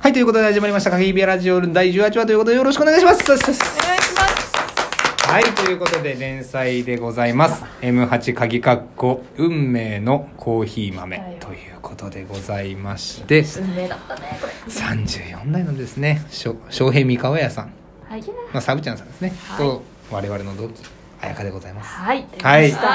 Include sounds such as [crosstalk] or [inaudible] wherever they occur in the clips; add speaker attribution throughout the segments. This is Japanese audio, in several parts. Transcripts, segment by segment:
Speaker 1: はい、ということで始まりました、鍵ビアラジオ第18話ということでよろしくお願いします。
Speaker 2: お願いします
Speaker 1: はい、ということで連載でございます。M8 鍵括弧運命のコーヒー豆ということでございまして、
Speaker 2: 運命だったねこれ
Speaker 1: 34代のですね、しょ翔平三河屋さん、
Speaker 2: はい
Speaker 1: まあ、サブちゃんさんですね、
Speaker 2: はい
Speaker 1: と我々の同期、綾香でございます。
Speaker 2: はい
Speaker 1: はい。
Speaker 2: 出ました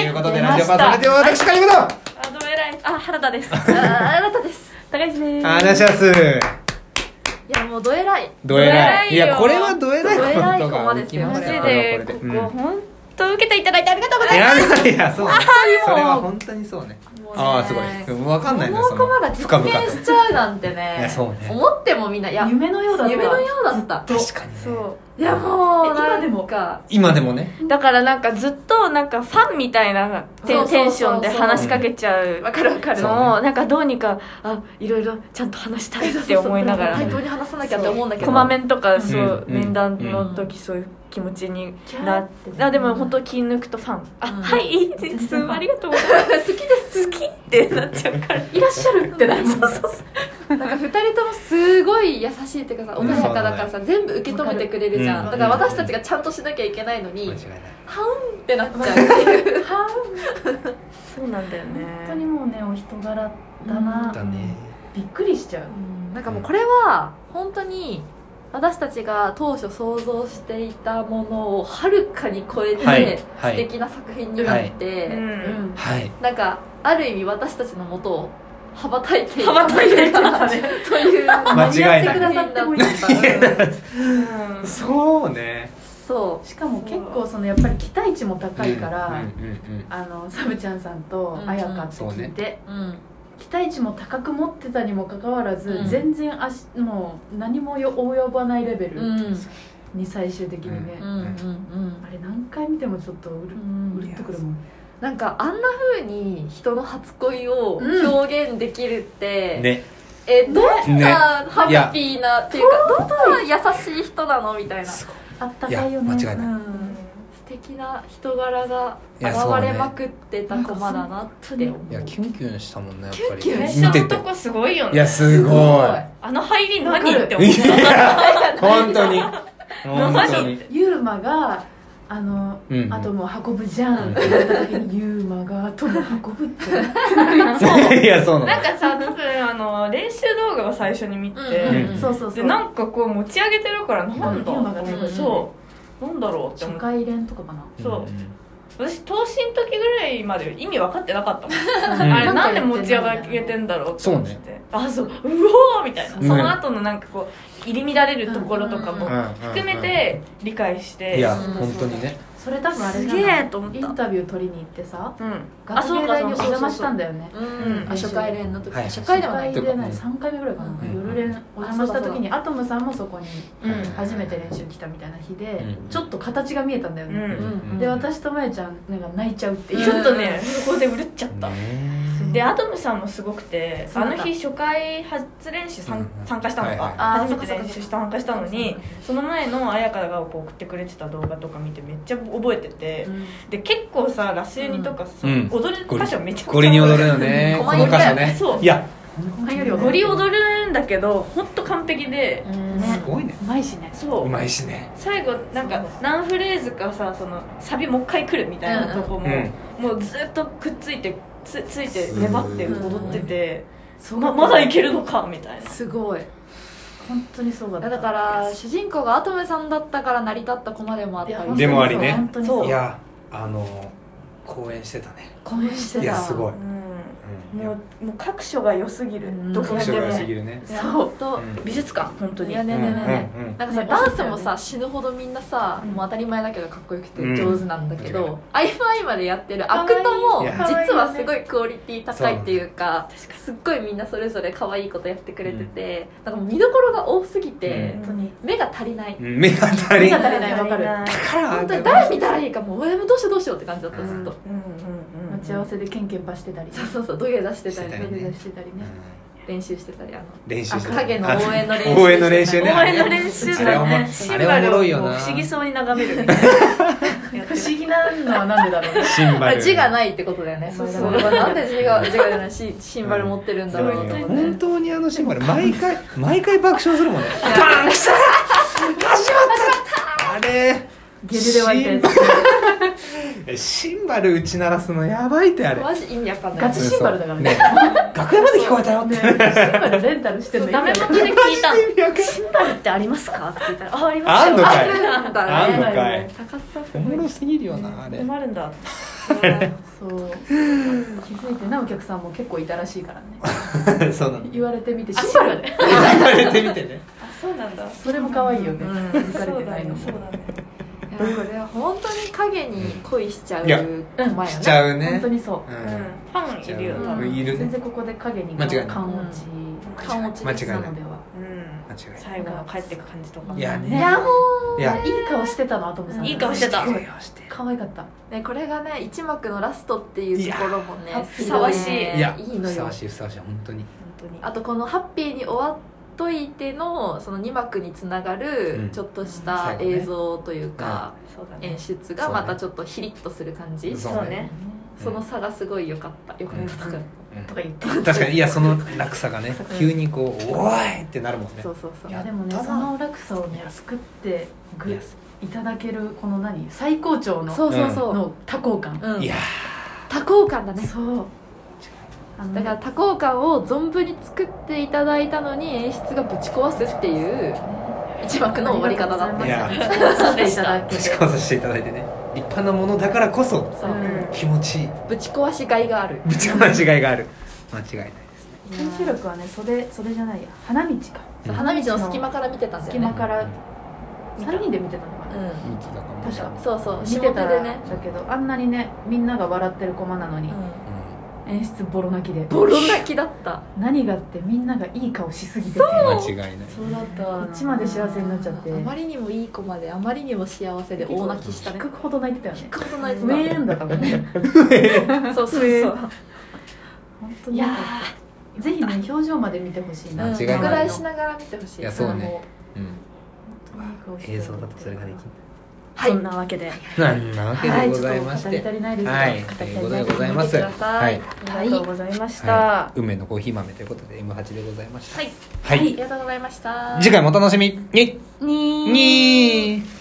Speaker 1: ということで、ラジオパーソナリティは私、鍵だ
Speaker 3: あ、どうも偉い。あ、原田です。
Speaker 2: あーあなたです
Speaker 3: 高橋です。
Speaker 1: あ、なしゃす。
Speaker 2: いやもうどえらい
Speaker 1: どえらい。い
Speaker 3: どえらいよ
Speaker 1: や、これはどえらいことが
Speaker 2: どえらいこまですよ
Speaker 3: マ
Speaker 1: これ
Speaker 3: ジ
Speaker 1: はこれ
Speaker 3: で
Speaker 1: はこれで、
Speaker 3: こ
Speaker 1: うん
Speaker 3: こ、本当受けていただいてありがとうござ
Speaker 1: い
Speaker 3: います。
Speaker 1: やいやそうね
Speaker 2: ー
Speaker 1: それは
Speaker 2: もう
Speaker 1: 本当にそうね
Speaker 2: もうね
Speaker 1: ああーすごいでも分かんないね
Speaker 2: こ
Speaker 1: そ
Speaker 2: の
Speaker 1: の
Speaker 2: 子まだ実
Speaker 1: 深々と
Speaker 2: 現しちゃうなんて
Speaker 1: い
Speaker 2: ね
Speaker 1: やそうね
Speaker 2: 思ってもみんないや
Speaker 3: 夢のようだった
Speaker 2: 夢のようだった
Speaker 1: 確かにね
Speaker 3: そ
Speaker 2: いやもう
Speaker 3: え今でも
Speaker 2: なんか
Speaker 1: 今でもね
Speaker 3: う。だからなんかずっとなんかファンみたいなテ
Speaker 2: そうそうそうそう
Speaker 3: ンテンションで話しかけちゃう
Speaker 2: わかるわかる
Speaker 1: そう
Speaker 3: のを、なんかどうにか、あ、いろいろちゃんと話したいって思いながら
Speaker 2: 対。等に話さなきゃって思うんだけど
Speaker 3: コマ面とかそう、
Speaker 1: うん
Speaker 3: 面談の時そういう気持ちになっ
Speaker 2: うん
Speaker 3: て、あでも本当気抜くとファン「あ、
Speaker 2: うん
Speaker 3: はいいいですありがとうございます
Speaker 2: 好きです
Speaker 3: 好き」ってなっちゃうから
Speaker 2: いらっしゃるってなる
Speaker 3: そうそうそう
Speaker 2: なんか二人ともすごい優しいっていうかさ穏やかだからさ全部受け止めてくれるじゃん
Speaker 1: うん
Speaker 2: だから私たちがちゃんとしなきゃいけないのに
Speaker 1: 間違いない
Speaker 2: ハウンってなっちゃうっていう
Speaker 3: そうなんだよね
Speaker 4: 本当にもうねお人柄だな、
Speaker 1: だね
Speaker 4: びっくりしちゃう
Speaker 2: なんかもうこれは本当に私たちが当初想像していたものをはるかに超えて、
Speaker 1: はいはい
Speaker 2: 素敵な作品になって、
Speaker 3: うんうん
Speaker 1: はい
Speaker 2: なんかある意味私たちのもとを羽ばたいてい
Speaker 3: 羽ばたいていた
Speaker 2: と
Speaker 3: [laughs]
Speaker 2: いう
Speaker 1: 間違い
Speaker 2: やってく
Speaker 1: な
Speaker 2: だ
Speaker 1: い
Speaker 2: さったんだったうん
Speaker 1: そうね
Speaker 2: そ
Speaker 4: しかも結構そのやっぱり期待値も高いから、
Speaker 1: うんうん
Speaker 4: あのサブちゃんさんと
Speaker 2: うん
Speaker 4: 彩香って聞いて、
Speaker 2: う、うん、
Speaker 4: 期待値も高く持ってたにもかかわらず、
Speaker 2: うん
Speaker 4: 全然あしもう何もよ及ばないレベ
Speaker 2: うんうん
Speaker 4: ルに最終的にね、
Speaker 2: うんうん
Speaker 4: あれ何回見てもちょっとうる,、
Speaker 2: うん
Speaker 4: うるっとくるもん
Speaker 2: なんかあんな風に人の初恋を
Speaker 4: うん
Speaker 2: 表現できるって、
Speaker 1: うんね
Speaker 2: えどん
Speaker 1: ね
Speaker 2: なハッピーな、っていうかどんな優しい人なのみたいな
Speaker 1: す
Speaker 4: あった
Speaker 1: ごいいや
Speaker 4: かいよね
Speaker 1: 間違いない
Speaker 2: うん素敵な人柄が
Speaker 1: いやそう
Speaker 2: 現
Speaker 1: ね
Speaker 2: れまくってたコマだなって思う
Speaker 1: いやキュンキュンしたもんねやっぱり
Speaker 2: キュンキュン
Speaker 3: 最
Speaker 1: 見
Speaker 3: 初
Speaker 1: て
Speaker 3: の
Speaker 1: て
Speaker 3: とこすごいよ
Speaker 1: いや
Speaker 3: ね
Speaker 1: すご
Speaker 3: あの入り
Speaker 4: わか
Speaker 3: 何
Speaker 4: る
Speaker 3: って
Speaker 1: い
Speaker 3: 思っ
Speaker 1: い
Speaker 3: た
Speaker 1: や本当に本当
Speaker 3: 最
Speaker 1: に
Speaker 3: 初
Speaker 4: ユーマがあの、
Speaker 1: うんうん
Speaker 4: アトムを運ぶじゃんって言った時にユーマがアトムを運ぶって
Speaker 1: いやそう
Speaker 3: な
Speaker 1: なん
Speaker 3: かさ多分あの練習動画を最初に見て、
Speaker 2: うんうん
Speaker 4: [laughs] そうそうそ
Speaker 3: で
Speaker 4: う
Speaker 3: なんかこう持ち上げてるからなんだ、
Speaker 4: うん今がね
Speaker 3: そうなんだろうって
Speaker 4: 初
Speaker 3: 思って
Speaker 4: 回連とかかな
Speaker 3: そう私投資の時ぐらいまで意味分かってなかったもん
Speaker 1: うん
Speaker 3: あれなんで持ち上げてんだろうって思って
Speaker 1: そう
Speaker 3: あそううおーみたいな、
Speaker 1: ね
Speaker 3: その後のなんかこう入り乱れるところとか
Speaker 2: う
Speaker 3: も
Speaker 2: ん
Speaker 3: 含めて理解して
Speaker 1: いや
Speaker 2: うん
Speaker 1: 本当にね
Speaker 4: それ多分あれ
Speaker 3: す
Speaker 4: じ
Speaker 3: げ
Speaker 4: ゃ
Speaker 3: えと思っ
Speaker 4: んイ
Speaker 3: た
Speaker 4: ンタビュー取りに行ってさ
Speaker 3: うんあ
Speaker 4: 学
Speaker 3: そう
Speaker 4: 芸
Speaker 3: か
Speaker 4: 大
Speaker 3: そ
Speaker 4: にお
Speaker 3: うか
Speaker 4: 邪魔し
Speaker 3: そう
Speaker 4: たんだよね
Speaker 2: うん
Speaker 3: うん
Speaker 2: 初回連の時、
Speaker 1: はい
Speaker 2: 初回で
Speaker 4: 初
Speaker 2: はない
Speaker 4: 回
Speaker 1: と
Speaker 4: で
Speaker 1: か
Speaker 4: ない3回目ぐらいかな、
Speaker 2: うん
Speaker 4: 夜連お邪魔した時にアトムさんもそこに
Speaker 3: うんうん
Speaker 4: 初めて練習来たみたいな日で、
Speaker 1: うん
Speaker 4: ちょっと形が見えたんだよね、
Speaker 3: うん
Speaker 2: うん
Speaker 4: で私とまゆちゃんなんか泣いちゃうっていう
Speaker 3: ちょっとねそこでうるっちゃった、
Speaker 1: ね
Speaker 3: でアトムさんもすごくて
Speaker 4: そう
Speaker 3: あ
Speaker 4: だ
Speaker 3: の日初回初練習参
Speaker 1: うん
Speaker 3: 参加したの
Speaker 1: はいはい
Speaker 3: か
Speaker 4: あー
Speaker 3: 初めて
Speaker 4: そっかそっか
Speaker 3: 練習した参加したのにその前の綾香がこう送ってくれてた動画とか見てめっちゃ覚えてて
Speaker 2: うん
Speaker 3: で結構さラスユニとかさ
Speaker 1: うん
Speaker 3: 踊る箇所めちゃくちゃ
Speaker 1: ゴリに踊るよねこ
Speaker 2: 細
Speaker 1: の
Speaker 2: い
Speaker 1: 箇
Speaker 2: ぐらい
Speaker 1: 所ね
Speaker 3: そう
Speaker 1: いや
Speaker 4: 他よりは
Speaker 3: ゴリ踊るんだけど本当完璧で
Speaker 2: うん
Speaker 4: ね
Speaker 1: すごいね
Speaker 4: うまいしね
Speaker 3: そうう
Speaker 1: まいしね
Speaker 3: 最後なんか何フレーズかさそのサビもう一回来るみたいなとこも、もうずっとくっついてつついて粘って踊ってて、
Speaker 4: す
Speaker 3: ままだいけるのかみたいな
Speaker 2: すごいい
Speaker 4: 本当にそうだっ
Speaker 2: や
Speaker 4: た
Speaker 2: だから主人公がアトムさんだったから成り立ったコマでもあっ
Speaker 4: いや
Speaker 2: た
Speaker 4: 本当にそう
Speaker 1: でもありね
Speaker 4: 本当にそう
Speaker 3: そう
Speaker 1: いやあの公演してたね
Speaker 2: 公演してた
Speaker 1: いやすごい、
Speaker 3: う
Speaker 1: うん
Speaker 3: ん、
Speaker 1: や
Speaker 3: も
Speaker 1: っ
Speaker 3: うもう各所が良すぎる、
Speaker 2: うん
Speaker 3: どこ
Speaker 1: ぱ
Speaker 3: で
Speaker 1: 人が良
Speaker 3: も
Speaker 1: すぎるね
Speaker 2: そう本当、
Speaker 1: うん
Speaker 3: 美術館本当
Speaker 2: い
Speaker 3: に
Speaker 2: やねねねね、
Speaker 1: うんうんうん
Speaker 2: なんかさ、
Speaker 4: ね
Speaker 2: ダンスもさ死ぬほどみんなさ、もう当たり前だけどかっこよくて上手なんだけど、
Speaker 1: うん
Speaker 2: 合間合間でやってるアクトも
Speaker 1: いや
Speaker 2: 実はすごいクオリティ高いっていうかすっごいみんなそれぞれ可愛いことやってくれてて、なんかもう見どころが多すぎて、
Speaker 4: 本当に
Speaker 2: 目が足りない、
Speaker 1: うん目が足り
Speaker 4: 目
Speaker 1: だ
Speaker 4: が
Speaker 1: か
Speaker 4: 足りないわかる
Speaker 1: ら
Speaker 2: 本当に誰見たらいいかもう俺もどうしようどうしようって感じだった
Speaker 1: うん
Speaker 2: ずっと、
Speaker 3: うんうんうん
Speaker 4: 待ち合わせでケンケンパしてたり
Speaker 2: そうそうそう土下座してたり
Speaker 1: してた
Speaker 2: ね
Speaker 1: り
Speaker 4: 土下座してたりね
Speaker 1: う
Speaker 2: 練習してたりあの
Speaker 1: 練習して
Speaker 2: あ影の応援の練習してたり
Speaker 1: [laughs] 応援の練習ね
Speaker 2: 応援の
Speaker 3: 練習
Speaker 1: あれお
Speaker 3: だ
Speaker 1: も
Speaker 3: ね
Speaker 1: あ
Speaker 3: シン
Speaker 1: れ
Speaker 3: バ
Speaker 1: おも
Speaker 3: ル
Speaker 1: ろいよ
Speaker 3: をこう
Speaker 1: な
Speaker 3: 不思議そうに眺めるみたいなやって
Speaker 4: 不
Speaker 3: る
Speaker 4: 思議なのはなんでだろうね
Speaker 1: シン
Speaker 2: ま
Speaker 1: バ
Speaker 2: あ
Speaker 1: ル
Speaker 2: 字がないってことだよね
Speaker 4: そうそう
Speaker 2: これはなんで字が字がないしシンバル持ってるんだろうと思って
Speaker 1: 本当にあのシンバル毎回毎回爆笑するもんねパンクさガシマったあれ
Speaker 4: ゲルで湧いたやつ
Speaker 1: シンバル打ち鳴らすのやばいってあれ
Speaker 2: マジ意味わかんない
Speaker 4: ガチシンバルだからね
Speaker 1: 楽屋まで聞こえたよって
Speaker 4: ねシンバルレンタルしてんの
Speaker 3: ダメ
Speaker 4: いいよ
Speaker 3: 元
Speaker 4: ね
Speaker 3: で聞いたの
Speaker 1: 意味わかんない
Speaker 3: シンバルってありますかって言ったらああります
Speaker 1: あんのかい
Speaker 2: なん
Speaker 1: あ
Speaker 2: だ
Speaker 1: んの
Speaker 2: ね
Speaker 1: かい
Speaker 2: 高さす
Speaker 1: お
Speaker 2: ご
Speaker 1: も
Speaker 2: い
Speaker 1: ろすぎるよなあれ
Speaker 3: 困るんだ
Speaker 4: そう気づいてないお客さんも結構いたらしいから
Speaker 1: [laughs]
Speaker 4: ね
Speaker 1: そうなの
Speaker 4: 言われてみてシンバル
Speaker 1: 言われてみてね
Speaker 3: あそうなんだ
Speaker 4: それも可愛いよね
Speaker 2: う
Speaker 4: 気
Speaker 2: ん
Speaker 4: づ
Speaker 3: そ
Speaker 4: かれ
Speaker 3: う
Speaker 4: て
Speaker 3: だ
Speaker 4: ない
Speaker 3: ね
Speaker 4: の
Speaker 3: そう
Speaker 4: も
Speaker 3: だね
Speaker 2: いやこれは本当に影に恋しちゃう
Speaker 1: いや
Speaker 4: 前
Speaker 1: しちゃうね
Speaker 4: 本当にそう
Speaker 3: うんファンいるよ多
Speaker 1: う
Speaker 3: 分
Speaker 1: んいる
Speaker 4: 全
Speaker 1: ね
Speaker 4: 然ここで影に
Speaker 1: 間違いない
Speaker 4: 感落ち
Speaker 2: 顔持ち
Speaker 1: 間
Speaker 2: で
Speaker 1: 違
Speaker 2: す
Speaker 1: いない
Speaker 4: なのでは
Speaker 3: うん
Speaker 1: 間違いない
Speaker 3: 最後の帰ってく感じとか
Speaker 1: いやね
Speaker 4: いやも
Speaker 1: いうや
Speaker 4: いい顔してたのアトムさん
Speaker 3: いい顔してた
Speaker 1: いい顔してる
Speaker 4: 可愛かった
Speaker 2: ねこれがね一幕のラストっていうところもね
Speaker 3: いや
Speaker 2: すごいね
Speaker 3: ふさわしい
Speaker 1: いや
Speaker 2: いいの
Speaker 1: ふさ
Speaker 2: よ
Speaker 1: わしいふさわしい本当に
Speaker 3: 本当に
Speaker 2: あとこのハッピーに終わっといてのその2幕につなが
Speaker 1: うん
Speaker 2: るちょっとした
Speaker 1: 最後ね
Speaker 2: 映像というか、
Speaker 3: そうだ
Speaker 2: 演
Speaker 3: ね
Speaker 2: 出がまたちょっとヒリッとする感じそ,、
Speaker 1: そう
Speaker 3: そうね
Speaker 2: の差がすごい良かった良かったとか、
Speaker 1: うん
Speaker 4: とか言
Speaker 1: [laughs]
Speaker 4: って
Speaker 1: 確かにいやその落差がね急にこう「おーい!」ってなるもんね
Speaker 2: そうそうそう
Speaker 4: いやでもね
Speaker 1: やった
Speaker 4: そ
Speaker 1: な
Speaker 4: の落差をね作って
Speaker 1: い
Speaker 4: ぐ
Speaker 1: や
Speaker 4: いただけるこの何最高潮の
Speaker 2: そうそうそう、
Speaker 4: の多幸感
Speaker 2: うん
Speaker 1: いや
Speaker 2: 多幸感だね
Speaker 4: そうあの
Speaker 2: だから多幸感を存分に作っていただいたのに演出がぶち壊すっていう一幕の終わり方だっ
Speaker 1: い
Speaker 2: た
Speaker 1: や
Speaker 4: そうでしただ
Speaker 1: ぶ
Speaker 4: けで
Speaker 1: ち壊させていただいてね立派なものだからこそ
Speaker 2: そう、
Speaker 4: うん
Speaker 1: 気持ちいい
Speaker 2: ぶち壊しがいがある
Speaker 1: ぶち壊しがいがある間違いないですね
Speaker 4: 千秋楽はね袖袖じゃないや花道か
Speaker 2: そう花道の隙間から見てたんだ
Speaker 4: 隙
Speaker 2: よ
Speaker 4: 間
Speaker 2: ね
Speaker 4: から
Speaker 3: 見た
Speaker 4: 3人で見てたのかな
Speaker 2: う
Speaker 1: 見てたかも
Speaker 4: 確か
Speaker 2: んそうそう
Speaker 4: 見
Speaker 2: 下
Speaker 4: て
Speaker 2: 手
Speaker 4: た
Speaker 2: でね、
Speaker 4: だけどあんなにねみんなが笑ってる駒なのに
Speaker 2: うん
Speaker 4: 演出ボロ泣きで
Speaker 2: ボロ泣きだった
Speaker 4: 何がってみんながいい顔しすぎてて
Speaker 1: うん間違いない
Speaker 2: そうだった
Speaker 4: こっちまで幸せになっちゃって
Speaker 2: あまりにもいい子まであまりにも幸せで大泣きしたね
Speaker 4: 聞くほど泣いてたよね
Speaker 2: 聞くことない
Speaker 4: ウェーンだったもんね
Speaker 2: そうそうそう
Speaker 4: 本当になんかぜひね表情まで見てほしいな
Speaker 1: 間違いない
Speaker 2: 拡大しながら見てほしい
Speaker 1: いやそうね
Speaker 2: も
Speaker 1: うん映像だとそれができ
Speaker 2: はい
Speaker 3: そんなわけで
Speaker 1: るなんなわけでございまし
Speaker 4: はい、ちょっと語
Speaker 1: て
Speaker 4: り足りないですが
Speaker 1: はい
Speaker 4: 語り
Speaker 1: と
Speaker 4: 足り
Speaker 1: い
Speaker 4: な
Speaker 1: う
Speaker 4: い
Speaker 1: ことでございます
Speaker 2: 見てくださ
Speaker 1: はいい
Speaker 3: ありがとうございました、
Speaker 1: はい運命のコーヒー豆ということで M8 でございました
Speaker 3: はい
Speaker 1: は
Speaker 2: あり
Speaker 1: い
Speaker 2: がとうございました
Speaker 1: 次回もお楽しみに
Speaker 4: にー
Speaker 1: にー